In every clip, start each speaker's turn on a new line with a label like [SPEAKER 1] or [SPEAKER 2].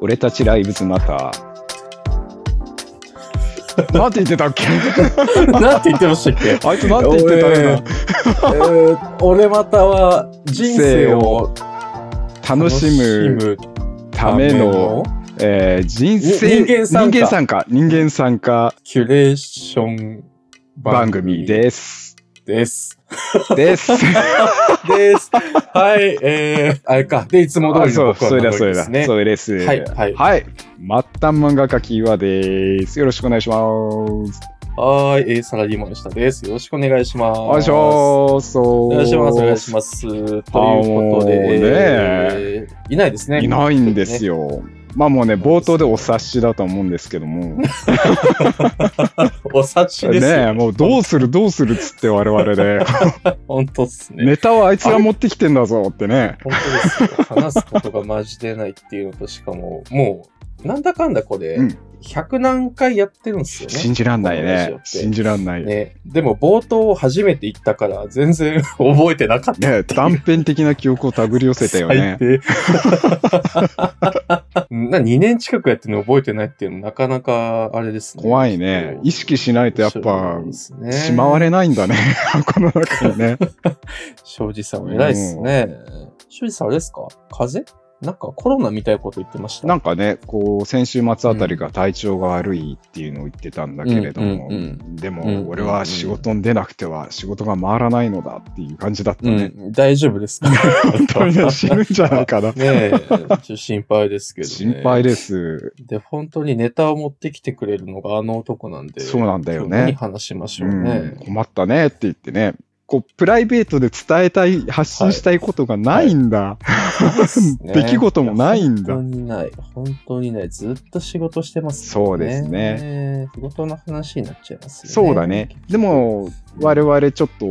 [SPEAKER 1] 俺たちライブズマター。なんて言ってたっ け
[SPEAKER 2] なんて言ってましたっけ
[SPEAKER 1] あいつなんて言ってたよ
[SPEAKER 2] えー俺または人生を
[SPEAKER 1] な。楽しむための、えー人生、
[SPEAKER 2] に人間参加
[SPEAKER 1] 人間参加、人間参加
[SPEAKER 2] キュレーション
[SPEAKER 1] 番組です。
[SPEAKER 2] です。
[SPEAKER 1] です。
[SPEAKER 2] です。はい、えー、あれか。で、いつも通
[SPEAKER 1] あ
[SPEAKER 2] り
[SPEAKER 1] そ
[SPEAKER 2] の
[SPEAKER 1] う、
[SPEAKER 2] 僕は
[SPEAKER 1] それだ、
[SPEAKER 2] 名
[SPEAKER 1] そ
[SPEAKER 2] 乗り
[SPEAKER 1] れ
[SPEAKER 2] で
[SPEAKER 1] だ、
[SPEAKER 2] す
[SPEAKER 1] そ
[SPEAKER 2] ね。
[SPEAKER 1] れです。
[SPEAKER 2] はいはい
[SPEAKER 1] はい。末端漫画家キーワです。よろしくお願いします。
[SPEAKER 2] はーい、えー、サラリーマンでしたです。よろしくお願いします。
[SPEAKER 1] お願いします。
[SPEAKER 2] お
[SPEAKER 1] お
[SPEAKER 2] 願いします。お願いします。ということで、
[SPEAKER 1] もうね
[SPEAKER 2] えーいないですね。
[SPEAKER 1] いないんですよ。まあもうね、冒頭でお察しだと思うんですけども。
[SPEAKER 2] お察しです
[SPEAKER 1] ね
[SPEAKER 2] よ。
[SPEAKER 1] え、もうどうするどうするっつって我々 で、
[SPEAKER 2] 本当っすね。
[SPEAKER 1] ネタはあいつが持ってきてんだぞってね。
[SPEAKER 2] 本当ですよ。話すことがマジでないっていうのと、しかも、もう、なんだかんだこれ、
[SPEAKER 1] うん
[SPEAKER 2] 100何回やってるんですよね。
[SPEAKER 1] 信じらんない
[SPEAKER 2] この
[SPEAKER 1] ね
[SPEAKER 2] ラ。ジオって
[SPEAKER 1] 信じらんない。ね
[SPEAKER 2] ね、でも冒頭初めて行ったから全然 覚えてなかった。
[SPEAKER 1] え断片的な記憶を手繰り寄せたよね。
[SPEAKER 2] 最低 な2年近くやってるの覚えてないっていうのなかなかあれですね。
[SPEAKER 1] 怖いね。意識しないとやっぱ
[SPEAKER 2] そう、ですね
[SPEAKER 1] しまわれないんだね。 箱の中にね。
[SPEAKER 2] 庄司さんは偉いですね。庄司さんあれですか風邪なんかコロナみたいなこと言ってました。
[SPEAKER 1] なんかね、こう、先週末あたりが体調が悪いっていうのを言ってたんだけれども
[SPEAKER 2] うんうん、
[SPEAKER 1] で
[SPEAKER 2] うんうんうん
[SPEAKER 1] も、俺は仕事に出なくては仕事が回らないのだっていう感じだった
[SPEAKER 2] う
[SPEAKER 1] ね。
[SPEAKER 2] ん、大丈夫ですか
[SPEAKER 1] 本当にね死ぬんじゃないかな。
[SPEAKER 2] ねえ、ちょっと心配ですけど、ね。
[SPEAKER 1] 心配です。
[SPEAKER 2] で、本当にネタを持ってきてくれるのがあの男なんで。
[SPEAKER 1] そうなんだよ
[SPEAKER 2] 何
[SPEAKER 1] ね。
[SPEAKER 2] 話しまし
[SPEAKER 1] う
[SPEAKER 2] ょうね。
[SPEAKER 1] ん、困ったねって言ってね。こう、プライベートで伝えたい、発信したいことがないんだ。出来事もないんだ
[SPEAKER 2] 本当にない。本当にない。ずっと仕事してます
[SPEAKER 1] そうです
[SPEAKER 2] ね。仕事の話になっちゃいますよね。
[SPEAKER 1] そうだね。でも、我々ちょっと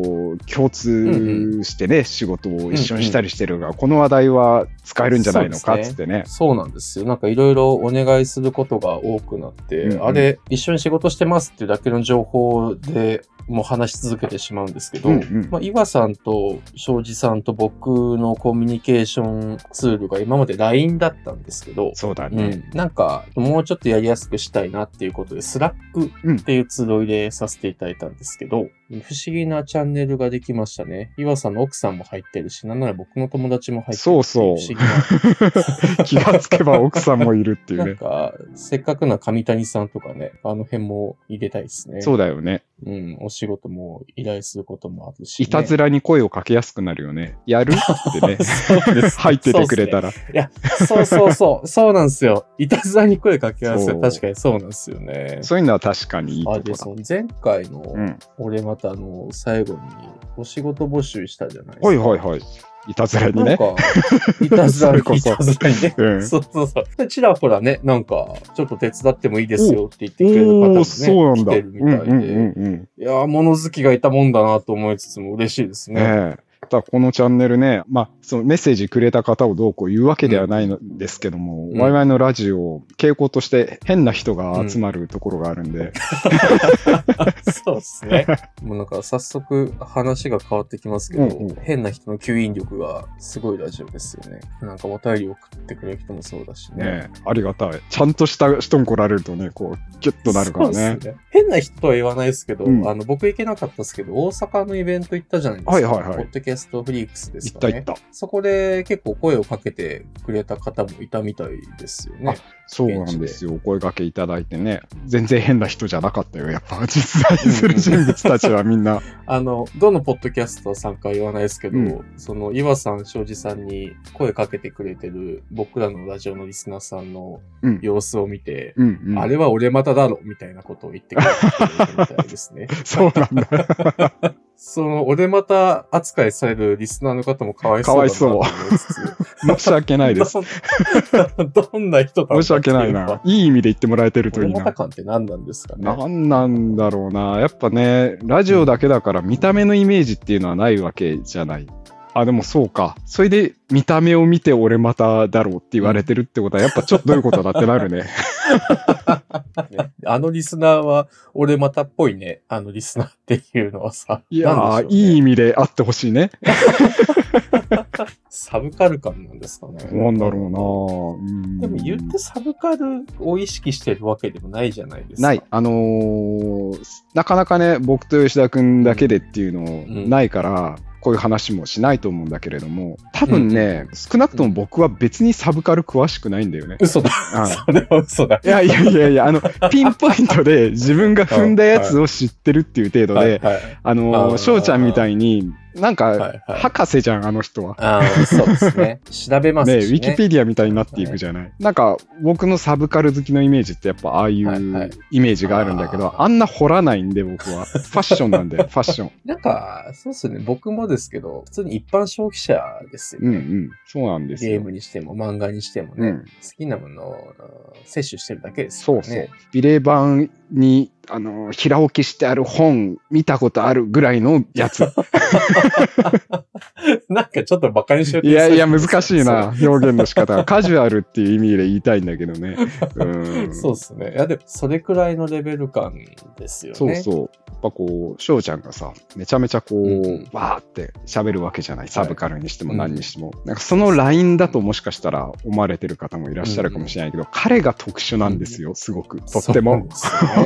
[SPEAKER 1] 共通してね、仕事を一緒にしたりしてるが、この話題は使えるんじゃないのかっつってね。
[SPEAKER 2] そうなんですよ。なんかいろいろお願いすることが多くなって、
[SPEAKER 1] うんうん
[SPEAKER 2] あれ、一緒に仕事してますっていうだけの情報でもう話し続けてしまうんですけど、
[SPEAKER 1] うんうん
[SPEAKER 2] まあ、岩さんと庄司さんと僕のコミュニケーションツールが今まで LINE だったんですけど、
[SPEAKER 1] そうだ
[SPEAKER 2] う
[SPEAKER 1] ね。
[SPEAKER 2] ん、なんか、もうちょっとやりやすくしたいなっていうことで、スラックっていうツールを入れさせていただいたんですけど、不思議なチャンネルができましたね。岩さんの奥さんも入ってるし、なんなら僕の友達も入ってるってい
[SPEAKER 1] そうそう
[SPEAKER 2] 不思議な
[SPEAKER 1] 気がつけば奥さんもいるっていう
[SPEAKER 2] なん
[SPEAKER 1] ね。
[SPEAKER 2] か、せっかくな上谷さんとかね、あの辺も入れたいです ね。
[SPEAKER 1] そうだよね。
[SPEAKER 2] うん、お仕事も依頼することもあるし、ね。。
[SPEAKER 1] いたずらに声をかけやすくなるよね。やるってね
[SPEAKER 2] そうです
[SPEAKER 1] 入っててくれたら。
[SPEAKER 2] いや、そうそう そう、そうなんですよ。いたずらに声かけ合わせ
[SPEAKER 1] そ
[SPEAKER 2] る。
[SPEAKER 1] う
[SPEAKER 2] 確かにそうなんですよね。
[SPEAKER 1] そういうのは確かにいいと
[SPEAKER 2] あ
[SPEAKER 1] こ
[SPEAKER 2] れ
[SPEAKER 1] だ
[SPEAKER 2] です。前回の、
[SPEAKER 1] うん。
[SPEAKER 2] 俺またあの、最後にお仕事募集したじゃないですか。
[SPEAKER 1] はいはいはい。いたずらに
[SPEAKER 2] なん
[SPEAKER 1] ね。
[SPEAKER 2] か、いたずら
[SPEAKER 1] そ
[SPEAKER 2] に、
[SPEAKER 1] れこ
[SPEAKER 2] い
[SPEAKER 1] そ
[SPEAKER 2] たずらにね。
[SPEAKER 1] うん
[SPEAKER 2] そうそうそう。で、ちらほらね、なんか、ちょっと手伝ってもいいですよって言って
[SPEAKER 1] お
[SPEAKER 2] くれる方も
[SPEAKER 1] お
[SPEAKER 2] ね、
[SPEAKER 1] ー、そうなん
[SPEAKER 2] 来
[SPEAKER 1] だ。
[SPEAKER 2] てるみたいで。
[SPEAKER 1] うんうんうんうん。
[SPEAKER 2] いやー、物好きがいたもんだなと思いつつも嬉しいですね。
[SPEAKER 1] ええただこのチャンネルね、まあ、そのメッセージくれた方をどうこう言うわけではないのですけども、
[SPEAKER 2] うん
[SPEAKER 1] 我々のラジオ、傾向として変な人が集まるところがあるんで、
[SPEAKER 2] そうです ね。もうなんか早速話が変わってきますけど、
[SPEAKER 1] うんうん
[SPEAKER 2] 変な人の吸引力がすごいラジオですよね。なんかお便り送ってくれる人もそうだし
[SPEAKER 1] ね
[SPEAKER 2] ね。
[SPEAKER 1] えありがたい。ちゃんとした人に来られるとね、こう、ギュッとなるから
[SPEAKER 2] そう
[SPEAKER 1] ね
[SPEAKER 2] っ。すね変な人とは言わないですけど、
[SPEAKER 1] うん
[SPEAKER 2] あの僕行けなかったですけど、大阪のイベント行ったじゃないですか。
[SPEAKER 1] はいはいはい
[SPEAKER 2] ポッドキャストフリークスで
[SPEAKER 1] 行
[SPEAKER 2] す
[SPEAKER 1] っ
[SPEAKER 2] か
[SPEAKER 1] た
[SPEAKER 2] ね。
[SPEAKER 1] 行った。
[SPEAKER 2] そこで結構声をかけてくれた方もいたみたいですよね。
[SPEAKER 1] そうなんですよ。お声掛けいただいてね、全然変な人じゃなかったよ。やっぱ実在する人物たちはみんな。
[SPEAKER 2] あの、どのポッドキャストさんか言わないですけど、
[SPEAKER 1] うん
[SPEAKER 2] その、岩さん、庄司さんに声かけてくれてる僕らのラジオのリスナーさんの
[SPEAKER 1] うん
[SPEAKER 2] 様子を見て、
[SPEAKER 1] うんうん。
[SPEAKER 2] あれは俺まただろみたいなことを言ってくれてるみたいです ね。
[SPEAKER 1] そうなん だ。
[SPEAKER 2] その、俺また扱いされるリスナーの方もかわいそうだなと思いつつ。
[SPEAKER 1] 申し訳ない です。
[SPEAKER 2] す。どんな人だ
[SPEAKER 1] 申し訳ない な。いい意味で言ってもらえてるとい
[SPEAKER 2] 俺
[SPEAKER 1] い
[SPEAKER 2] ま
[SPEAKER 1] な
[SPEAKER 2] た。感って何なんですかね。
[SPEAKER 1] なんなんだろうな。やっぱね、ラジオだけだから見た目のイメージっていうのはないわけじゃない。あ、でもそうか。それで見た目を見て俺まただろうって言われてるって ことは、やっぱちょっとどういうことだってなるね。
[SPEAKER 2] ねあのリスナーは、俺またっぽいね。あのリスナーっていうのはさ。
[SPEAKER 1] いや
[SPEAKER 2] なん
[SPEAKER 1] ー、
[SPEAKER 2] でしょうね
[SPEAKER 1] いい意味であってほしいね。
[SPEAKER 2] サブカル感なんですかね。
[SPEAKER 1] なんだろうなうん
[SPEAKER 2] でも言ってサブカルを意識してるわけでもないじゃないですか。
[SPEAKER 1] ない。。あのーなかなかね、僕と吉田君だけでっていうの
[SPEAKER 2] ん
[SPEAKER 1] ないから、こういう話もしないと思うんだけれども、多分ね、少なくとも僕は別にサブカル詳しくないんだよね。
[SPEAKER 2] 嘘だ。
[SPEAKER 1] うん
[SPEAKER 2] それは嘘だ。
[SPEAKER 1] いやいやいやいや、あ の、ピンポイントで自分が踏んだやつを知ってるっていう程度
[SPEAKER 2] はい
[SPEAKER 1] で、
[SPEAKER 2] はい
[SPEAKER 1] あ
[SPEAKER 2] あ
[SPEAKER 1] の
[SPEAKER 2] ー
[SPEAKER 1] ー、翔ちゃんみたいに、なん
[SPEAKER 2] は
[SPEAKER 1] か、
[SPEAKER 2] いはい。
[SPEAKER 1] 博士じゃん、あの人は。
[SPEAKER 2] ああ、そうですね。調べますし
[SPEAKER 1] ね、
[SPEAKER 2] ね。
[SPEAKER 1] ウィキペディアみたいになっていくじゃない。なんか、僕のサブカル好きのイメージって、やっぱああい
[SPEAKER 2] はいはいう
[SPEAKER 1] イメージがあるんだけ
[SPEAKER 2] あ
[SPEAKER 1] ど、
[SPEAKER 2] ー
[SPEAKER 1] あんな掘らないんで、僕は。ファッションなん で、ファッション。
[SPEAKER 2] なんか、そうですね。僕もですけど、普通に一般消費者ですよ
[SPEAKER 1] うんう
[SPEAKER 2] ね。
[SPEAKER 1] ん。そうなんです
[SPEAKER 2] ゲー
[SPEAKER 1] よ。
[SPEAKER 2] ムにしても、漫画にしても
[SPEAKER 1] う
[SPEAKER 2] ね。
[SPEAKER 1] ん
[SPEAKER 2] 好きなものをあの摂取してるだけですか
[SPEAKER 1] そ
[SPEAKER 2] ら
[SPEAKER 1] う
[SPEAKER 2] ね。
[SPEAKER 1] そう。ビレ版に、あの、平置きしてある本、見たことあるぐらいのや つ。
[SPEAKER 2] なんかちょっとバカにしようと
[SPEAKER 1] いやいや、
[SPEAKER 2] してる
[SPEAKER 1] 難しいな、表現の仕方が。カジュアルっていう意味で言いたいんだけどね。 うん。
[SPEAKER 2] そうですね。いや、でも、それくらいのレベル感ですよね。
[SPEAKER 1] そうそう。やっぱこう、翔ちゃんがさ、めちゃめちゃこ
[SPEAKER 2] うんう、
[SPEAKER 1] うんわーって喋るわけじゃない。サブカルにしても
[SPEAKER 2] うん
[SPEAKER 1] 何にしても。なんかそのラインだともしかしたら思われてる方もいらっしゃるかもしれないけど、彼が特殊なんですよ、すごく。とって
[SPEAKER 2] そうなん
[SPEAKER 1] も。
[SPEAKER 2] ですよ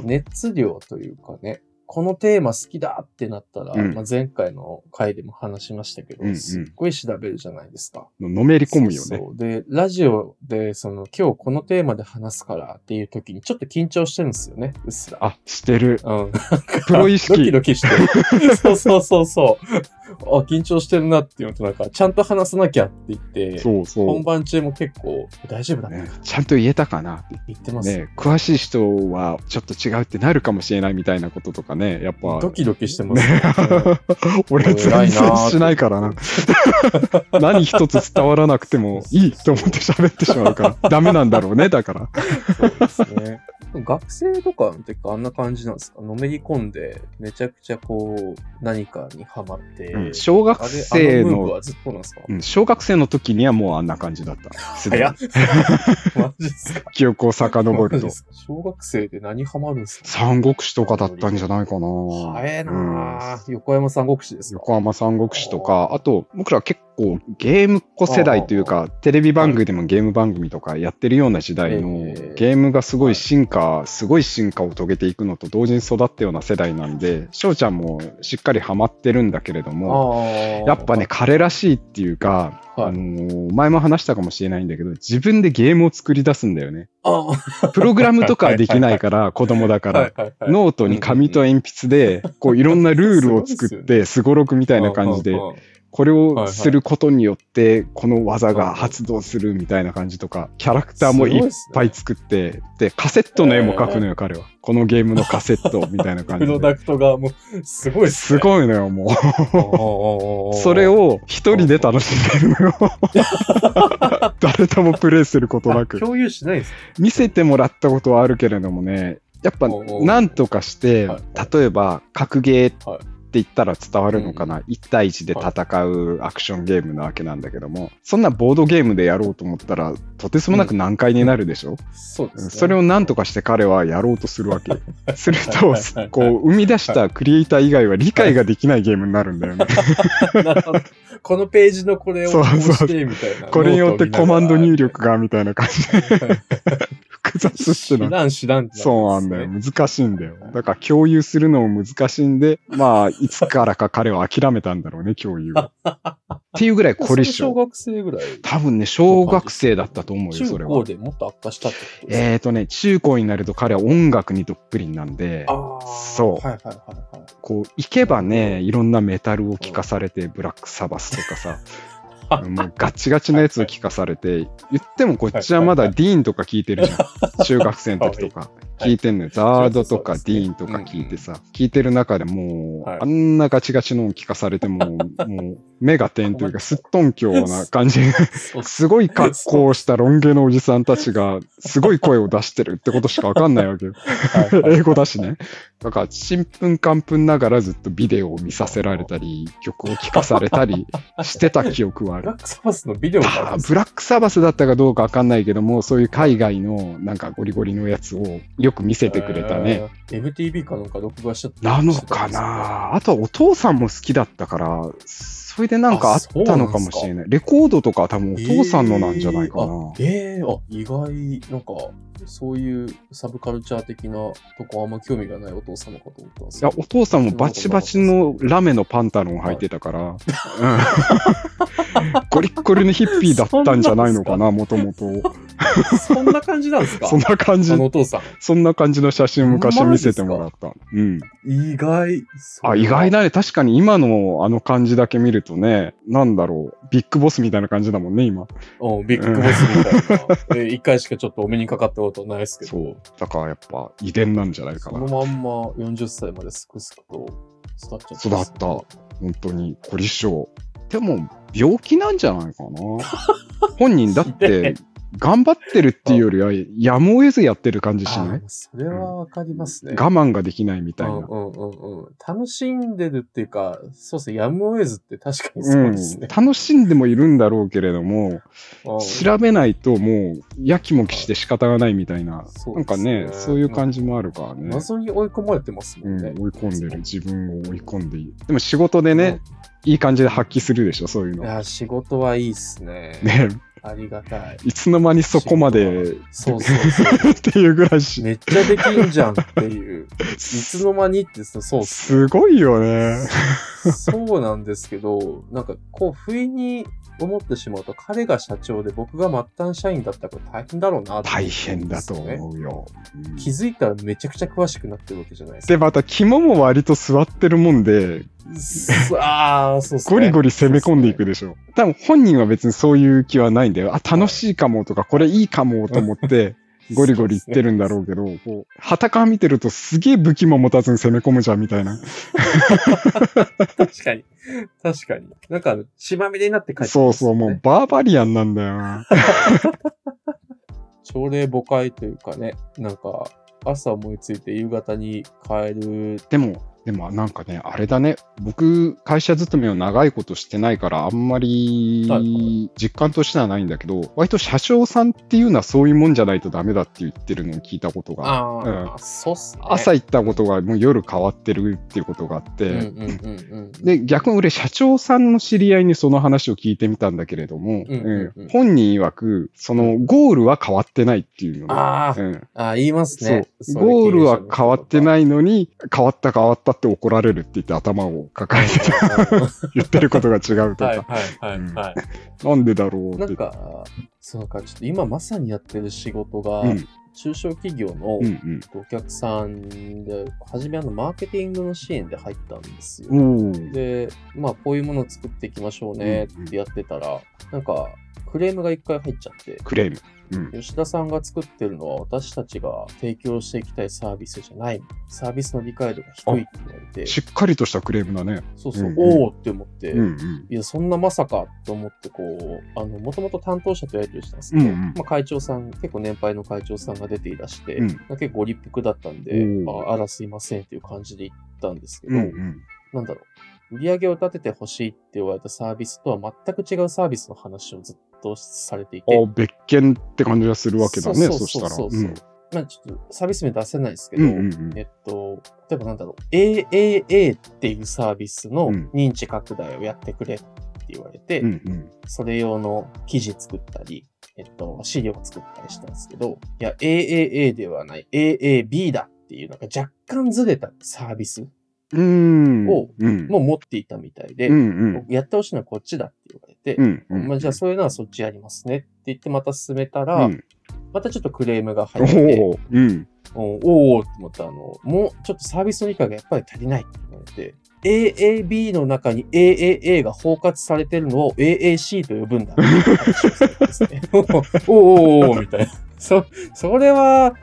[SPEAKER 2] ね 熱量というかね、このテーマ好きだってなったら、
[SPEAKER 1] うん
[SPEAKER 2] まあ、前回の回でも話しましたけど、
[SPEAKER 1] うんうん
[SPEAKER 2] すっごい調べるじゃないですか。
[SPEAKER 1] のめり込むよ
[SPEAKER 2] そう
[SPEAKER 1] ね。
[SPEAKER 2] そうで、ラジオで、その、今日このテーマで話すからっていう時に、ちょっと緊張してるんですよね、うっすら。
[SPEAKER 1] あ、してる。
[SPEAKER 2] うん。
[SPEAKER 1] プロ意識
[SPEAKER 2] ドキドキして る。そうそうそうそう。あ、緊張してるなっていうのと、なんか、ちゃんと話さなきゃって言って、
[SPEAKER 1] そうそ
[SPEAKER 2] 本
[SPEAKER 1] う。
[SPEAKER 2] 番中も結構、大丈夫だね
[SPEAKER 1] ね。ちゃんと言えたかなって
[SPEAKER 2] 言ってますよ
[SPEAKER 1] ね、詳しい人はちょっと違うってなるかもしれないみたいなこととかね、やっぱ。
[SPEAKER 2] ドキドキしてますよ
[SPEAKER 1] ね、 俺全
[SPEAKER 2] 偉い
[SPEAKER 1] 然
[SPEAKER 2] なーって
[SPEAKER 1] しないからな。 何一つ伝わらなくてもいいと思って喋ってしまう から、ダメなんだろうね、だから。
[SPEAKER 2] そうですね。学生とかの時あんな感じなんですかのめり込んで、めちゃくちゃこう、何かにハマって。
[SPEAKER 1] うん小学
[SPEAKER 2] あれ、
[SPEAKER 1] 生
[SPEAKER 2] あのムーブ
[SPEAKER 1] の、
[SPEAKER 2] はずっとなんですか、
[SPEAKER 1] うん小学生の時にはもうあんな感じだった。すでに
[SPEAKER 2] 早っマジっすか
[SPEAKER 1] 記憶を遡る
[SPEAKER 2] マジっ
[SPEAKER 1] と。
[SPEAKER 2] すか小学生で何ハマるんですか
[SPEAKER 1] 三国志とかだったんじゃないかな。
[SPEAKER 2] 早えな
[SPEAKER 1] うん
[SPEAKER 2] あ、横山三国志ですか
[SPEAKER 1] 横浜三国志とか、あと、僕ら結構ゲームっ子世代というか、テレビ番組でもゲーム番組とかやってるような時代の、
[SPEAKER 2] ええ
[SPEAKER 1] ゲームがすごい進化、すごい進化を遂げていくのと同時に育ったような世代なんで、翔ちゃんもしっかりハマってるんだけれど
[SPEAKER 2] あ
[SPEAKER 1] も、
[SPEAKER 2] ー
[SPEAKER 1] やっぱね、、彼らしいっていうか、
[SPEAKER 2] はい
[SPEAKER 1] あのー前も話したかもしれないんだけど、自分でゲームを作り出すんだよね。
[SPEAKER 2] あー
[SPEAKER 1] プログラムとかはできない から、子供だから
[SPEAKER 2] は。いはいはい
[SPEAKER 1] ノートに紙と鉛筆で、こういろんなルールを作って、すごろくみたいな感じで
[SPEAKER 2] うんう、んうん
[SPEAKER 1] これをすることによって、この技が発動するみたいな感じとか、キャラクターもいっぱい作って、で、カセットの絵も描くのよ、彼は。このゲームのカセットみたいな感
[SPEAKER 2] プ
[SPEAKER 1] じ
[SPEAKER 2] ロ
[SPEAKER 1] で。
[SPEAKER 2] ダクトがもう、すごいっす
[SPEAKER 1] す
[SPEAKER 2] ね。
[SPEAKER 1] ごいのよ、も
[SPEAKER 2] ご
[SPEAKER 1] う。それ、を一人で楽しんでるのよ。誰ともプレイすることな
[SPEAKER 2] あ
[SPEAKER 1] く。
[SPEAKER 2] 共有しないんですか
[SPEAKER 1] 見せてもらったことはあるけれどもね、やっぱ
[SPEAKER 2] おうおう
[SPEAKER 1] なんとかして
[SPEAKER 2] はい、
[SPEAKER 1] 例えば格ゲーっ
[SPEAKER 2] は
[SPEAKER 1] て
[SPEAKER 2] い
[SPEAKER 1] 言ったら伝わるのかな、1対1で戦うアクションゲームなわけなんだけども、そんなボードゲームでやろうと思ったら、とてつもなく難解になるでしょ、
[SPEAKER 2] そうです、ね。
[SPEAKER 1] それをなんとかして彼はやろうとするわけ。すると
[SPEAKER 2] はいはいはい、
[SPEAKER 1] こう生み出したクリエイター以外は理解ができないゲームになるんだよね。
[SPEAKER 2] なるほどこのページのこれをこ
[SPEAKER 1] そううそう
[SPEAKER 2] してみたいな。
[SPEAKER 1] これによってコマンド入力
[SPEAKER 2] が。
[SPEAKER 1] がみたいな感じで複雑って
[SPEAKER 2] 知
[SPEAKER 1] のは
[SPEAKER 2] らん知らんってる
[SPEAKER 1] そうなんだよ。。難しいんだよ。だから共有するのも難しいんで、まあ、いつからか彼は諦めたんだろうね、共有を。っていうぐらい凝りっし
[SPEAKER 2] それ小
[SPEAKER 1] ょ。
[SPEAKER 2] 学生ぐらい。
[SPEAKER 1] 多分ね、小学生だったと思うよ、
[SPEAKER 2] 中
[SPEAKER 1] それ
[SPEAKER 2] 高
[SPEAKER 1] は。
[SPEAKER 2] でもっと悪化したってことですか
[SPEAKER 1] えーとね、中高になると彼は音楽にどっぷりなんで、
[SPEAKER 2] あー
[SPEAKER 1] そう
[SPEAKER 2] はいはいはいはい。
[SPEAKER 1] こう、行けばね、いろんなメタルを聴かされて、ブラックサバスとか さ、もうガチガチのやつを聴かされて、言ってもこっちはまだディーンとか聴いてるじゃ ん。中学生の時とか。
[SPEAKER 2] はい
[SPEAKER 1] 聴いてんのよ。ザードとか
[SPEAKER 2] そう
[SPEAKER 1] デ
[SPEAKER 2] で
[SPEAKER 1] ィ
[SPEAKER 2] すね
[SPEAKER 1] ーンとか聴いてさ、聴いてる中でも、
[SPEAKER 2] はいう
[SPEAKER 1] あ んなガチガチのを聴かされても、もう、目が点というか、すっとんきょうな感じ。
[SPEAKER 2] そう
[SPEAKER 1] すごい格好をしたロン毛のおじさんたちが、すごい声を出してるってことしかわかんないわけよ。
[SPEAKER 2] はいは い
[SPEAKER 1] 英語だしね。だから、ちんぷんかんぷんながらずっとビデオを見させられたり、曲を聴かされたりしてた記憶はある
[SPEAKER 2] ブラッ。クサバスのビデオがある
[SPEAKER 1] あ
[SPEAKER 2] ん
[SPEAKER 1] ー
[SPEAKER 2] です
[SPEAKER 1] ブラックサバスだったかどうかわかんないけども、そういう海外のなんかゴリゴリのやつをよく見せてくれたね。。
[SPEAKER 2] えー MTV かなんか録画しちゃった。
[SPEAKER 1] なのかなあとはお父さんも好きだったから、それでなんかあったのかもしれない。レコードとかは多分お父さんのなんじゃないかな。
[SPEAKER 2] えーあえーあ、意外、なんか、そういうサブカルチャー的なとこあんま興味がないお父さんのかと思ったんです
[SPEAKER 1] いや
[SPEAKER 2] よ。、
[SPEAKER 1] お父さんもバチバチのラメのパンタロン履いてたから、 うんゴリッゴリのヒッピーだったんじゃないのかな、もともと。
[SPEAKER 2] そんな感じなんです か
[SPEAKER 1] そんな感じ
[SPEAKER 2] あの、お父さん。
[SPEAKER 1] そんな感じの写真昔見せてもらった。うん。
[SPEAKER 2] 意外。
[SPEAKER 1] あ、意外
[SPEAKER 2] な。
[SPEAKER 1] だね。確かに今のあの感じだけ見るとね、なんだろう。ビッグボスみたいな感じだもんね、今。
[SPEAKER 2] うん、ビッグボスみたい な。で一回しかちょっとお目にかかったことないですけど、
[SPEAKER 1] そう。だからやっぱ遺伝なんじゃないか
[SPEAKER 2] そ
[SPEAKER 1] な
[SPEAKER 2] の。まんま40歳まですくすくと育っちゃった、
[SPEAKER 1] 育った。本当に、凝り性。でも、病気なんじゃないかな。 本人だっ
[SPEAKER 2] ひで
[SPEAKER 1] て、
[SPEAKER 2] え
[SPEAKER 1] 頑張ってるっていうよりは、やむを得ずやってる感じし
[SPEAKER 2] あ
[SPEAKER 1] ない
[SPEAKER 2] ーそれはわかりますね。
[SPEAKER 1] 我慢ができないみたい
[SPEAKER 2] うん
[SPEAKER 1] な。
[SPEAKER 2] うんうんうん。楽しんでるっていうか、そうですね、やむを得ずって確かにそううんですね。
[SPEAKER 1] 楽しんでもいるんだろうけれども、
[SPEAKER 2] うん
[SPEAKER 1] 調べないともう、やきもきして仕方がないみたいな。
[SPEAKER 2] そう
[SPEAKER 1] な
[SPEAKER 2] で
[SPEAKER 1] んか
[SPEAKER 2] す
[SPEAKER 1] ね、そういう感じもあるからね。
[SPEAKER 2] 謎に追い込まれてますも
[SPEAKER 1] うんん、
[SPEAKER 2] ね。
[SPEAKER 1] 追い込んでる。自分を追い込んでいる。でも仕事でね、いい感じで発揮するでしょ、そういう
[SPEAKER 2] うん。い
[SPEAKER 1] の。
[SPEAKER 2] や、仕事はいいっすね。
[SPEAKER 1] ね、
[SPEAKER 2] ありがたい。
[SPEAKER 1] いつの間にそこまで
[SPEAKER 2] そうそうそう。
[SPEAKER 1] っていうぐらいし、
[SPEAKER 2] めっちゃできんじゃんっていう。いつの間にってさ、そうっす
[SPEAKER 1] すごいよね。
[SPEAKER 2] そうなんですけど、なんかこう、不意に思ってしまうと、彼が社長で僕が末端社員だったら大変だろうなって思うん
[SPEAKER 1] 大
[SPEAKER 2] ですよね
[SPEAKER 1] 変だと思うよ。うん
[SPEAKER 2] 気づいたらめちゃくちゃ詳しくなってるわけじゃないですか
[SPEAKER 1] で、また肝も割と座ってるもんで、
[SPEAKER 2] すああ、そうっすね。
[SPEAKER 1] ゴリゴリ攻め込んでいくでしょ。多分本人は別にそういう気はないんだよ。あ、楽しいかもとか、これいいかもと思って、ゴリゴリ言ってるんだろうけど、こう、旗から見てるとすげえ武器も持たずに攻め込むじゃんみたいな。
[SPEAKER 2] 確かに。確かに。なんかあの、血まみれになって帰ってき
[SPEAKER 1] そう
[SPEAKER 2] ます
[SPEAKER 1] そ
[SPEAKER 2] よ
[SPEAKER 1] う、
[SPEAKER 2] ね
[SPEAKER 1] もう。バーバリアンなんだよな。
[SPEAKER 2] 朝礼誤解というかね、なんか、朝思いついて夕方に帰る。
[SPEAKER 1] でも、でもなんかね、あれだね、僕、会社勤めを長いことしてないから、あんま
[SPEAKER 2] は
[SPEAKER 1] り実感としてはないんだけど、割と車掌さんっていうのはそういうもんじゃないとダメだって言ってるのを聞いたことが、
[SPEAKER 2] ああ、そうっすね。
[SPEAKER 1] 朝行ったことがもう夜変わってるっていうことがあっ
[SPEAKER 2] うん
[SPEAKER 1] て、
[SPEAKER 2] うんうんうん。
[SPEAKER 1] で、逆に俺、社長さんの知り合いにその話を聞いてみたんだけれども、
[SPEAKER 2] うんうんうん
[SPEAKER 1] うん本人曰く、そのゴールは変わってないっていうのね
[SPEAKER 2] あー
[SPEAKER 1] うん
[SPEAKER 2] ああ、言います
[SPEAKER 1] そう
[SPEAKER 2] ね。
[SPEAKER 1] ゴールは変わって
[SPEAKER 2] い。
[SPEAKER 1] ないのに、変わった変わったって怒られるって言って頭を抱えてた言ってることが違うとか、
[SPEAKER 2] はいはいはいは
[SPEAKER 1] なんでだろうっ
[SPEAKER 2] い。
[SPEAKER 1] て。
[SPEAKER 2] なんか、そうか、ちょっと今まさにやってる仕事が、
[SPEAKER 1] うん、
[SPEAKER 2] 中小企業の
[SPEAKER 1] うん、
[SPEAKER 2] お客さんで、初めあの、マーケティングの支援で入ったんですよ。
[SPEAKER 1] うん。おー
[SPEAKER 2] で、まあ、こういうものを作っていきましょうねってやってたら、なんか、クレームが一回入っちゃって、
[SPEAKER 1] クレーム。うん。
[SPEAKER 2] 吉田さんが作ってるのは私たちが提供していきたいサービスじゃない。サービスの理解度が低いって言われて、
[SPEAKER 1] しっかりとしたクレームだね。
[SPEAKER 2] そうそう、
[SPEAKER 1] うんうん
[SPEAKER 2] おおって思って、
[SPEAKER 1] うんうん。
[SPEAKER 2] いや、そんなまさかと思って、こう、あの、もともと担当者とやり取りしたんです
[SPEAKER 1] う
[SPEAKER 2] け
[SPEAKER 1] ん
[SPEAKER 2] ど、
[SPEAKER 1] うん
[SPEAKER 2] まあ、会長さん、結構年配の会長さんが出ていらして、
[SPEAKER 1] うん
[SPEAKER 2] 結構ご立腹だったんで、
[SPEAKER 1] お
[SPEAKER 2] ああらすいませんっていう感じで行ったんですけ
[SPEAKER 1] う
[SPEAKER 2] ど、
[SPEAKER 1] んうん。
[SPEAKER 2] なんだろう、売り上げを立ててほしいって言われたサービスとは全く違うサービスの話をずっとされていて、
[SPEAKER 1] あ別件って感じがするわけだね、
[SPEAKER 2] そう
[SPEAKER 1] そ
[SPEAKER 2] そ
[SPEAKER 1] し
[SPEAKER 2] う
[SPEAKER 1] た
[SPEAKER 2] そう
[SPEAKER 1] ら。
[SPEAKER 2] そう
[SPEAKER 1] うん
[SPEAKER 2] まあちょっとサービス名出せないですけ
[SPEAKER 1] う
[SPEAKER 2] ど、
[SPEAKER 1] んうん
[SPEAKER 2] えっと、例えばなんだろう、AAA っていうサービスの
[SPEAKER 1] うん
[SPEAKER 2] 認知拡大をやってくれって言われて、
[SPEAKER 1] うんうん
[SPEAKER 2] それ用の記事作ったり、えっと、資料作ったりしたんですけど、いや、AAA ではない、AAB だっていう、なんか若干ずれたサービス
[SPEAKER 1] うん。
[SPEAKER 2] を
[SPEAKER 1] うん
[SPEAKER 2] も持っていたみたいで、
[SPEAKER 1] うんうん
[SPEAKER 2] やってほしいのはこっちだって言われて
[SPEAKER 1] う、んうん。
[SPEAKER 2] まあ、じゃあそういうのはそっちやりますねって言ってまた進めたら、
[SPEAKER 1] うん
[SPEAKER 2] またちょっとクレームが入
[SPEAKER 1] お
[SPEAKER 2] って、
[SPEAKER 1] ーうん。
[SPEAKER 2] おおーって思ったあの、もうちょっとサービスの理解がやっぱり足りないって言われて、AAB の中に AAA が包括されてるのを AAC と呼ぶ んだ。おおーおーおーみたいな。そ、それは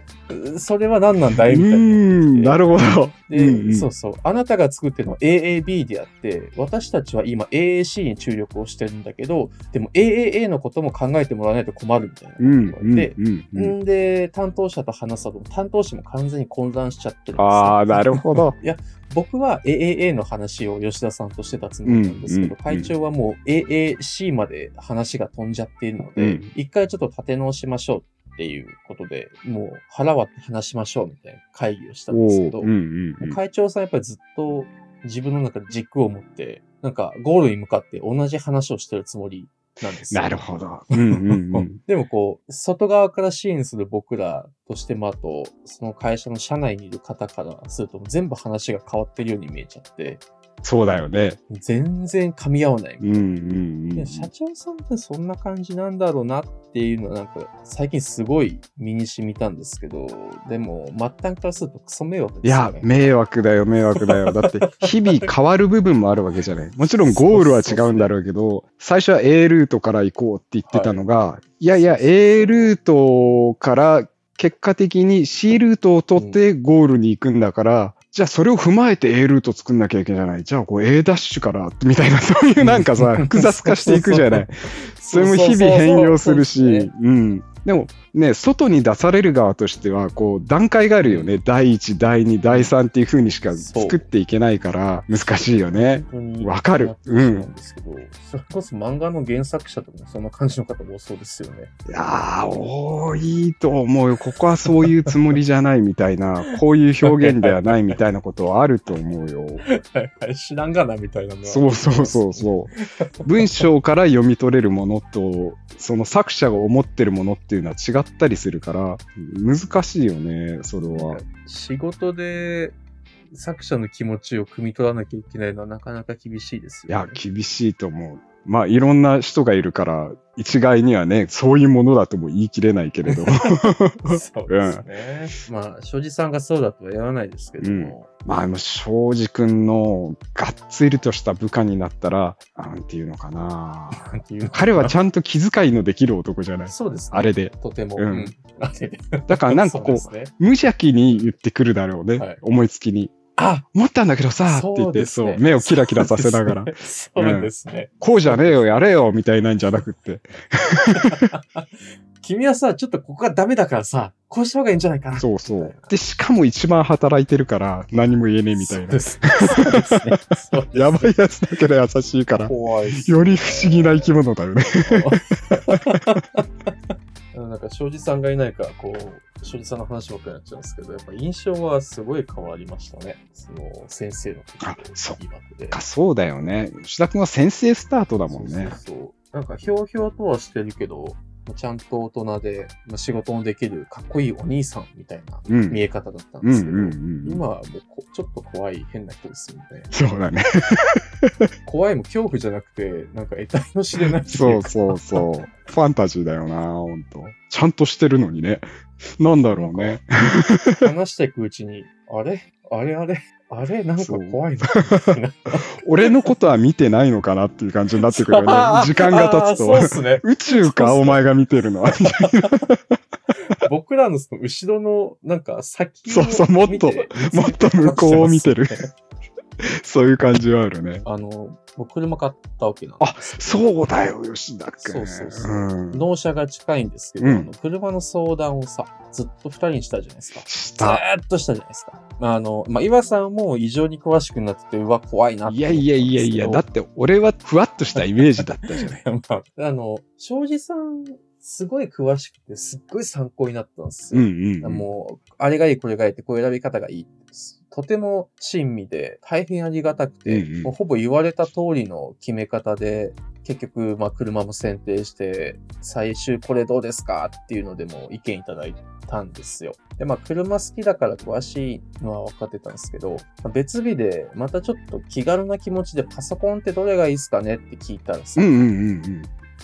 [SPEAKER 2] それは何なんだ
[SPEAKER 1] う
[SPEAKER 2] いみたい
[SPEAKER 1] ーん、
[SPEAKER 2] に
[SPEAKER 1] な
[SPEAKER 2] なって
[SPEAKER 1] るほど。
[SPEAKER 2] で、
[SPEAKER 1] うんうん
[SPEAKER 2] そうそう。あなたが作ってるのは AAB であって、私たちは今 AAC に注力をしてるんだけど、でも AAA のことも考えてもらわないと困るみたいなこと
[SPEAKER 1] う
[SPEAKER 2] 言
[SPEAKER 1] ん、
[SPEAKER 2] わ
[SPEAKER 1] う
[SPEAKER 2] れて、
[SPEAKER 1] ん、うんうん。
[SPEAKER 2] んで、担当者と話したと、担当者も完全に混乱しちゃってるんですよ
[SPEAKER 1] ああ、なるほど。
[SPEAKER 2] 僕は AAA の話を吉田さんとしてたつもりなんですけど、
[SPEAKER 1] うんうん
[SPEAKER 2] 会長はもう AAC まで話が飛んじゃっているの
[SPEAKER 1] う
[SPEAKER 2] で
[SPEAKER 1] ん、
[SPEAKER 2] 一、回ちょっと立て直しましょうっていうことで、もう腹割って話しましょうみたいな会議をしたんですけ
[SPEAKER 1] お
[SPEAKER 2] ど、
[SPEAKER 1] お、うん、うんうん。
[SPEAKER 2] 会長さんやっぱりずっと自分の中で軸を持って、なんかゴールに向かって同じ話をしてるつもりなんですよ
[SPEAKER 1] なるほど。うん、うん、うん。
[SPEAKER 2] でもこう、外側から支援する僕らとしても、あと、その会社の社内にいる方からすると、全部話が変わってるように見えちゃって、
[SPEAKER 1] そうだよね。
[SPEAKER 2] 全然噛み合わない。
[SPEAKER 1] うん、うん、うん
[SPEAKER 2] で。社長さんってそんな感じなんだろうなっていうのはなんか最近すごい身に染みたんですけど、でも末端からするとクソ迷惑
[SPEAKER 1] い
[SPEAKER 2] ですよ
[SPEAKER 1] や
[SPEAKER 2] ね。、
[SPEAKER 1] 迷惑だよ、迷惑だよ。だって、日々変わる部分もあるわけじゃない。もちろんゴールは違うんだろうけど、最初は A ルートから行こうって言ってたのが、い、やいや、A ルートから結果的に C ルートを取ってゴールに行くんだから、じゃあそれを踏まえて A ルート作んなきゃいけないじゃない。じゃあこう A ダッシュから、みたいな、そういうなんかさ、複雑化していくじゃない。それも日々変容するし、
[SPEAKER 2] そうそうそう
[SPEAKER 1] うん。でもね、外に出される側としては、こう、段階があるよね。第1、第2、第3っていう風にしか
[SPEAKER 2] そう
[SPEAKER 1] 作っていけないから、難しいよね。
[SPEAKER 2] 本当に
[SPEAKER 1] わかる
[SPEAKER 2] そうなんですけど、それこそ漫画の原作者とかもそんな感じの方多そうですよね。
[SPEAKER 1] いやー、多いと思うよ。ここはそういうつもりじゃないみたい な、こういう表現ではないみたいなことはあると思う よ。
[SPEAKER 2] はいはい知らんがなみたいなのは
[SPEAKER 1] そうそうそうそう。文章から読み取れるものと、その作者が思ってるものっていうのは違ったりするから、難しいよね、それは。
[SPEAKER 2] 仕事で作者の気持ちを汲み取らなきゃいけないのはなかなか厳しいです
[SPEAKER 1] い
[SPEAKER 2] よ、
[SPEAKER 1] や
[SPEAKER 2] ね。、
[SPEAKER 1] 厳しいと思う。まあ、いろんな人がいるから、一概にはね、そういうものだとも言い切れないけれ ど。
[SPEAKER 2] そうですね。まあ、庄司さんがそうだとは言わないですけども。
[SPEAKER 1] まあ、あの、庄司くんの、がっつりとした部下になったら、なんていうのかな。
[SPEAKER 2] なんていうのかな
[SPEAKER 1] 彼はちゃんと気遣いのできる男じゃない。
[SPEAKER 2] そうですね。
[SPEAKER 1] あれで。
[SPEAKER 2] とても。
[SPEAKER 1] うん
[SPEAKER 2] うんあれで
[SPEAKER 1] だからなんかこう、
[SPEAKER 2] そうですね
[SPEAKER 1] 無邪気に言ってくるだろうね。
[SPEAKER 2] はい
[SPEAKER 1] 思いつきに。
[SPEAKER 2] あ
[SPEAKER 1] 思ったんだけどさ、って言
[SPEAKER 2] そう
[SPEAKER 1] っ
[SPEAKER 2] で
[SPEAKER 1] て、
[SPEAKER 2] す
[SPEAKER 1] そう,、
[SPEAKER 2] ね。
[SPEAKER 1] 目をキラキラさせながら、
[SPEAKER 2] そうですね。
[SPEAKER 1] こうじゃねえよ、やれよ、みたいなんじゃなくって、
[SPEAKER 2] 君はさ、ちょっとここがダメだからさ、こうした方がいいんじゃないかな。
[SPEAKER 1] そうそう。で、しかも一番働いてるから、何も言えねえみたい
[SPEAKER 2] そうで
[SPEAKER 1] な。
[SPEAKER 2] すね。そうですねそうですね
[SPEAKER 1] やばいやつだけど優しいから、
[SPEAKER 2] 怖いっすね
[SPEAKER 1] より不思議な生き物だよね。
[SPEAKER 2] なんか、庄司さんがいないから、こう、庄司さんの話ばっかりになっちゃうんですけど、やっぱ印象はすごい変わりましたね。その、先生の
[SPEAKER 1] あそっ
[SPEAKER 2] 疑惑で。
[SPEAKER 1] か、 そうだよね。吉田君は先生スタートだもんね。
[SPEAKER 2] そうそうそうなんか、ひょうひょうとはしてるけど、ちゃんと大人で、まあ仕事のできるかっこいいお兄さんみたいな
[SPEAKER 1] うん
[SPEAKER 2] 見え方だったん
[SPEAKER 1] う
[SPEAKER 2] で
[SPEAKER 1] ん
[SPEAKER 2] すけ
[SPEAKER 1] う
[SPEAKER 2] ど、
[SPEAKER 1] んうん。
[SPEAKER 2] 今はもうこちょっと怖い変な人ですよね。
[SPEAKER 1] そうだね。
[SPEAKER 2] 怖いも恐怖じゃなくて、なんか得体の知れないってい
[SPEAKER 1] そうう
[SPEAKER 2] か
[SPEAKER 1] そうそう。 ファンタジーだよな、ほんと。ちゃんとしてるのにね。なんだろうね。
[SPEAKER 2] 話していくうちに、あれあれあれあれなんか怖 いな。
[SPEAKER 1] 俺のことは見てないのかなっていう感じになってくるよね
[SPEAKER 2] あー。
[SPEAKER 1] 時間が経つ
[SPEAKER 2] あーそうで
[SPEAKER 1] と。
[SPEAKER 2] すね。
[SPEAKER 1] 宇宙か、お前が見てるのは。
[SPEAKER 2] 僕らのその後ろの、なんか先を
[SPEAKER 1] そうそうもっと
[SPEAKER 2] 見て
[SPEAKER 1] もっと向こうを見てる
[SPEAKER 2] 話してますね
[SPEAKER 1] そういう感じはあるね。
[SPEAKER 2] あの、僕車買ったわけなんで
[SPEAKER 1] あ、そうだよ、吉田君。
[SPEAKER 2] そうそうそうん納車が近いんですけど、
[SPEAKER 1] うん
[SPEAKER 2] あの車の相談をさ、ずっと二人にしたじゃないですか。
[SPEAKER 1] し
[SPEAKER 2] ず
[SPEAKER 1] た。
[SPEAKER 2] ーっとしたじゃないですか。あの、まあ、岩さんも異常に詳しくなってて、うわ、怖いなって
[SPEAKER 1] いやいやいやいや、だ
[SPEAKER 2] 思っ
[SPEAKER 1] った
[SPEAKER 2] ん
[SPEAKER 1] て俺はふわっとしたイメージだったじゃない。
[SPEAKER 2] ですけどまあ、あの、庄司さん、すごい詳しくて、すっごい参考になったんです
[SPEAKER 1] う
[SPEAKER 2] よ。
[SPEAKER 1] んうん。
[SPEAKER 2] もう、あれがいい、これがいいって、こういう選び方がいいってすとても親身で、大変ありがたくて、
[SPEAKER 1] うんうん
[SPEAKER 2] もうほぼ言われた通りの決め方で、結局、まあ、車も選定して、最終これどうですかっていうのでも意見いただいたんですよ。で、まあ、車好きだから詳しいのは分かってたんですけど、まあ別日で、またちょっと気軽な気持ちでパソコンってどれがいいですかねって聞いたんです
[SPEAKER 1] うん
[SPEAKER 2] よ。
[SPEAKER 1] うんうんうん。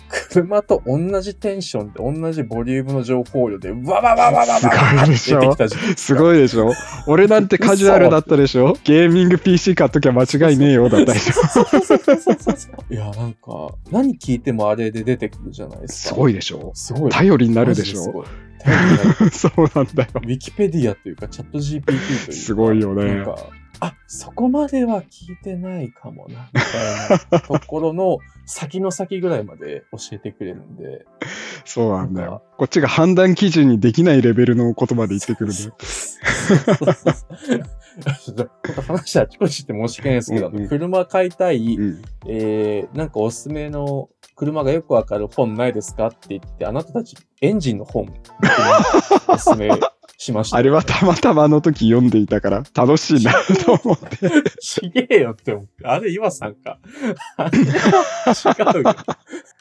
[SPEAKER 2] 車と同じテンションで、同じボリュームの情報量で、わわわわわわわ
[SPEAKER 1] すごいでしょ
[SPEAKER 2] 出てきたじゃん
[SPEAKER 1] すごいでしょ 俺なんてカジュアルだったでしょゲーミング PC 買っときゃ間違いねえよだった でしょ
[SPEAKER 2] そうそうそうそうそうそう。いや、なんか、何聞いてもあれで出てくるじゃないです
[SPEAKER 1] す
[SPEAKER 2] か。
[SPEAKER 1] ご
[SPEAKER 2] い。
[SPEAKER 1] いでしょ
[SPEAKER 2] すごい。
[SPEAKER 1] 頼りになるでし
[SPEAKER 2] マジす
[SPEAKER 1] ょ
[SPEAKER 2] ごい頼りになる
[SPEAKER 1] そうなんだよ。
[SPEAKER 2] ウィキペディアというか、チャット GPT というか。
[SPEAKER 1] すごいよね
[SPEAKER 2] なんか、あ、そこまでは聞いてないかもな、みたいなところの先の先ぐらいまで教えてくれるんで。
[SPEAKER 1] そうなんだ
[SPEAKER 2] なん
[SPEAKER 1] よ。こっちが判断基準にできないレベルの言葉で言ってくるんだ
[SPEAKER 2] そう
[SPEAKER 1] よ。
[SPEAKER 2] そうそうそうちょっと話あちこちって申し訳ないですけど、
[SPEAKER 1] うんうん
[SPEAKER 2] 車買いたい、
[SPEAKER 1] うん、
[SPEAKER 2] えー、なんかおすすめの車がよくわかる本ないですかって言って、あなたたちエンジンの本、おすすめしました、
[SPEAKER 1] あれはたまたまあの時読んでいたから楽しいなと思って。
[SPEAKER 2] ちげえよって思って。あれ、岩さんか。あれは違うよ。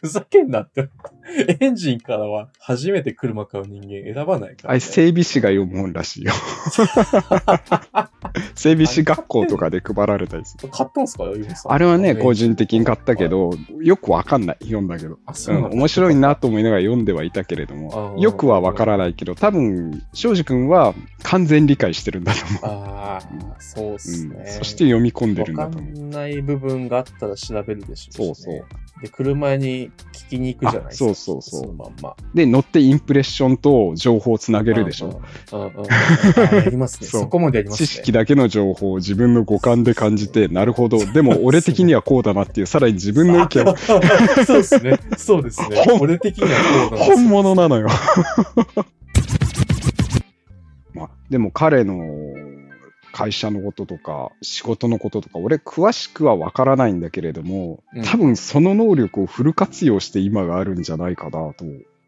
[SPEAKER 2] ふざけんなって思って。エンジンからは初めて車買う人間選ばないか
[SPEAKER 1] あ
[SPEAKER 2] ら、
[SPEAKER 1] れ整備士が読む本らしいよ。整備士学校とかで配られたりする。
[SPEAKER 2] 買ったんすか岩さん。
[SPEAKER 1] あれはね、
[SPEAKER 2] の
[SPEAKER 1] 個人的に買ったけど、よくわかんない、読んだけど。、
[SPEAKER 2] あ、そううんなんだ
[SPEAKER 1] 面白いなと思いながら読んではいたけれども
[SPEAKER 2] あ、ー
[SPEAKER 1] よくはわからないけど、多分、庄司君は完全理解してるんだと思う。
[SPEAKER 2] ああ、そうっすね。
[SPEAKER 1] うん、そして読み込んでるんだ
[SPEAKER 2] わ
[SPEAKER 1] と
[SPEAKER 2] か
[SPEAKER 1] 思う。
[SPEAKER 2] んない部分があったら調べるでしょしね
[SPEAKER 1] そうそう。
[SPEAKER 2] で、車に聞きに行くじゃないですか。
[SPEAKER 1] あそうそうそう
[SPEAKER 2] そのまんま。
[SPEAKER 1] で、乗ってインプレッションと情報をつなげるでしょ。
[SPEAKER 2] うんうんうんうん。あやりますね。
[SPEAKER 1] そう
[SPEAKER 2] そこまでやります
[SPEAKER 1] 知
[SPEAKER 2] ね。
[SPEAKER 1] 識だけの情報を自分の五感で感じて、なるほど、でも俺的にはこうだなっていう、さらに自分の意見を、
[SPEAKER 2] あそうですね。そうですね。
[SPEAKER 1] 本
[SPEAKER 2] 俺的にはこうなんです
[SPEAKER 1] 本物なのよ。 まあ、でも彼の会社のこととか、仕事のこととか、俺詳しくはわからないんだけれども
[SPEAKER 2] うん、
[SPEAKER 1] 多分その能力をフル活用して今があるんじゃないかなと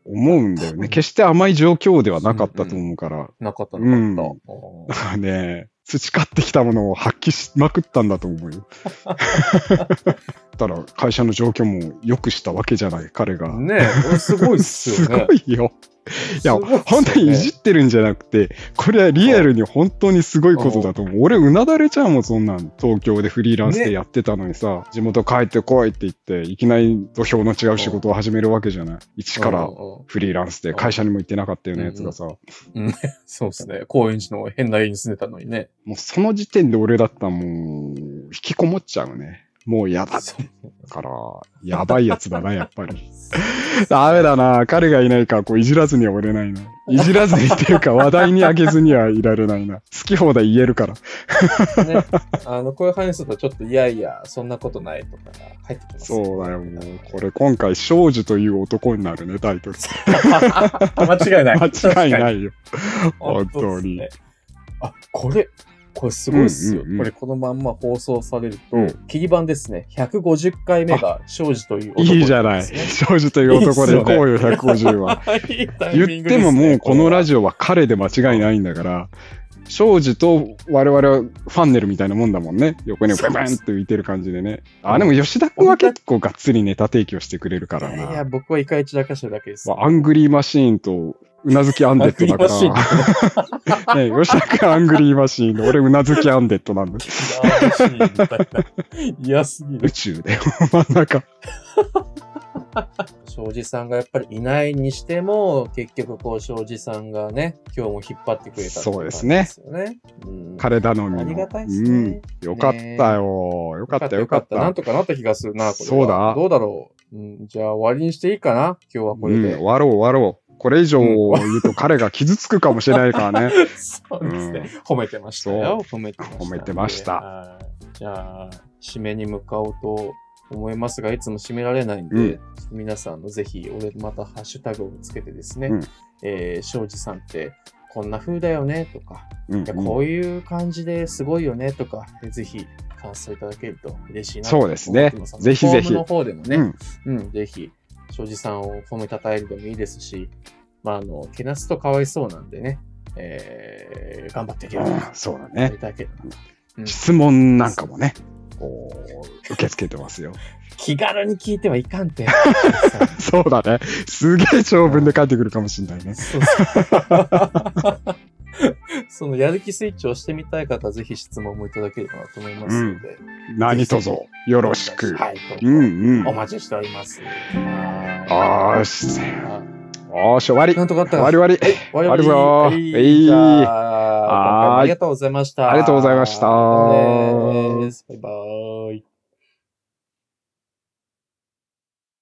[SPEAKER 1] 思うんだよね。決して甘い状況ではなかったと思うから、
[SPEAKER 2] なかった
[SPEAKER 1] うん
[SPEAKER 2] なかっ
[SPEAKER 1] だ
[SPEAKER 2] た。
[SPEAKER 1] から ね、培ってきたものを発揮しまくったんだと 思うよ。たら会社の状況も良くしたわけじゃない、彼が。
[SPEAKER 2] ねえ、これすごいっす
[SPEAKER 1] す
[SPEAKER 2] よね。
[SPEAKER 1] ごいよ。いや、
[SPEAKER 2] すごっすよね
[SPEAKER 1] 本当にいじってるんじゃなくて、これはリアルに本当にすごいことだと思う。俺、うなだれちゃうもん、そんなん。東京でフリーランスでやってたのにさ、地元帰ってこいって言って、いきなり土俵の違う仕事を始めるわけじゃない。一から
[SPEAKER 2] うんうんうん
[SPEAKER 1] フリーランスで会社にも行ってなかったようなやつがさ、
[SPEAKER 2] そうですね。高円寺の変な家に住んでたのにね。
[SPEAKER 1] もうその時点で俺だったらもう、引きこもっちゃうね。もう嫌だ
[SPEAKER 2] そう
[SPEAKER 1] から、やばいやつだ な、やっぱり。ダメだな、彼がいないから、こう、いじらずにはおれないな。いじらずにって いうか、話題にあげずにはいられないな。好き放題言えるから。
[SPEAKER 2] ね。あの、こういう話するとちょっと、いやいや、そんなことないとかが入ってきますね、
[SPEAKER 1] そうだよ、もう。これ、今回、少女という男になるね、タイトル。
[SPEAKER 2] 間違いない。
[SPEAKER 1] 間違いないよ。
[SPEAKER 2] 本
[SPEAKER 1] 本
[SPEAKER 2] 当
[SPEAKER 1] 当
[SPEAKER 2] に
[SPEAKER 1] に。
[SPEAKER 2] あ、これ、これすごいっすよ。
[SPEAKER 1] うんうんうん
[SPEAKER 2] これこのまんま放送されると、
[SPEAKER 1] うん
[SPEAKER 2] 切り版ですね。150回目が庄司という男、
[SPEAKER 1] いいじゃない。少女という男で行こうよ、150は。
[SPEAKER 2] いい タイミ
[SPEAKER 1] 言
[SPEAKER 2] ン
[SPEAKER 1] っ
[SPEAKER 2] グで
[SPEAKER 1] て
[SPEAKER 2] すね
[SPEAKER 1] ももうこのラ
[SPEAKER 2] ジ
[SPEAKER 1] ジオは彼で間違いないんだから、庄司と我々はファンネルみたいなもんだもんね。横にババンって浮いてる感じでね。あ、でも吉田君は結構がっつりネタ提供してくれるから
[SPEAKER 2] いやいや、
[SPEAKER 1] な。
[SPEAKER 2] 僕は一回散らかしてるだけです。
[SPEAKER 1] まあアングリーマシーンとうなずきアンデッドだ
[SPEAKER 2] アングリーマ
[SPEAKER 1] から。 ね、吉田君アングリーマシーンで、俺うなずきアンデッドなんだ。
[SPEAKER 2] いやー嬉しいみたいな嫌すぎ
[SPEAKER 1] 宇
[SPEAKER 2] る。
[SPEAKER 1] 宙で、 真ん中。
[SPEAKER 2] 庄司さんがやっぱりいないにしても、結局こう庄司さんがね、今日も引っ張ってくれたってい
[SPEAKER 1] そう
[SPEAKER 2] 感
[SPEAKER 1] で
[SPEAKER 2] じ
[SPEAKER 1] すね
[SPEAKER 2] ですよね。うん
[SPEAKER 1] 彼頼みの。
[SPEAKER 2] ありがたいっすね
[SPEAKER 1] うん。よかったよ。よかったよかっ
[SPEAKER 2] な
[SPEAKER 1] た。
[SPEAKER 2] んとかなった気がするな、これは。
[SPEAKER 1] そうだ
[SPEAKER 2] どうだろう。うん、じゃあ終わりにしていいかな今日はこ
[SPEAKER 1] う
[SPEAKER 2] れ
[SPEAKER 1] ん、
[SPEAKER 2] で。
[SPEAKER 1] 終わろう終わろう。これ以上言うと彼が傷つくかもしれないからね。
[SPEAKER 2] そうですね、褒めてましたよ。褒めてました。
[SPEAKER 1] 褒めてました
[SPEAKER 2] はいじゃあ、締めに向かおうと思いますが、いつも締められないんで、
[SPEAKER 1] うん
[SPEAKER 2] 皆さんのぜひ、俺またハッシュタグをつけてですね、
[SPEAKER 1] うん
[SPEAKER 2] えー、庄司さんって、こんな風だよねとか、
[SPEAKER 1] うん
[SPEAKER 2] いやこういう感じですごいよねとか、ぜひ感想いただけると嬉しいなと
[SPEAKER 1] そうですね
[SPEAKER 2] 思ってます
[SPEAKER 1] ぜひぜひ
[SPEAKER 2] フォームの方でもね、
[SPEAKER 1] うん
[SPEAKER 2] うん、ぜひ、庄司さんを褒めたたえるでもいいですし、まあ、あの、けなすとかわいそうなんでね、えー、頑張っていけよとか、
[SPEAKER 1] そうだね
[SPEAKER 2] やり。たいけど、うん
[SPEAKER 1] 質問なんかもね、こう、受け付けてますよ。
[SPEAKER 2] 気軽に聞いてはいかんて。
[SPEAKER 1] そうだね。すげえ長文で書いてくるかもしれないね。
[SPEAKER 2] そうそうそのやる気スイッチを押してみたい方は、ぜひ質問もいただければなと思いますので。
[SPEAKER 1] 何卒よろしく。
[SPEAKER 2] はい、どうぞ
[SPEAKER 1] うんう
[SPEAKER 2] お
[SPEAKER 1] ん。
[SPEAKER 2] 待ちしております。は
[SPEAKER 1] あーし、
[SPEAKER 2] ーいあ
[SPEAKER 1] おーし、終わり。
[SPEAKER 2] なんとかあった
[SPEAKER 1] 終わり終わり。
[SPEAKER 2] 終
[SPEAKER 1] わるぞ
[SPEAKER 2] わり
[SPEAKER 1] えい
[SPEAKER 2] じゃあ今回もありがとうございました。
[SPEAKER 1] ありがとうございました
[SPEAKER 2] お疲れ様ですバイバイ。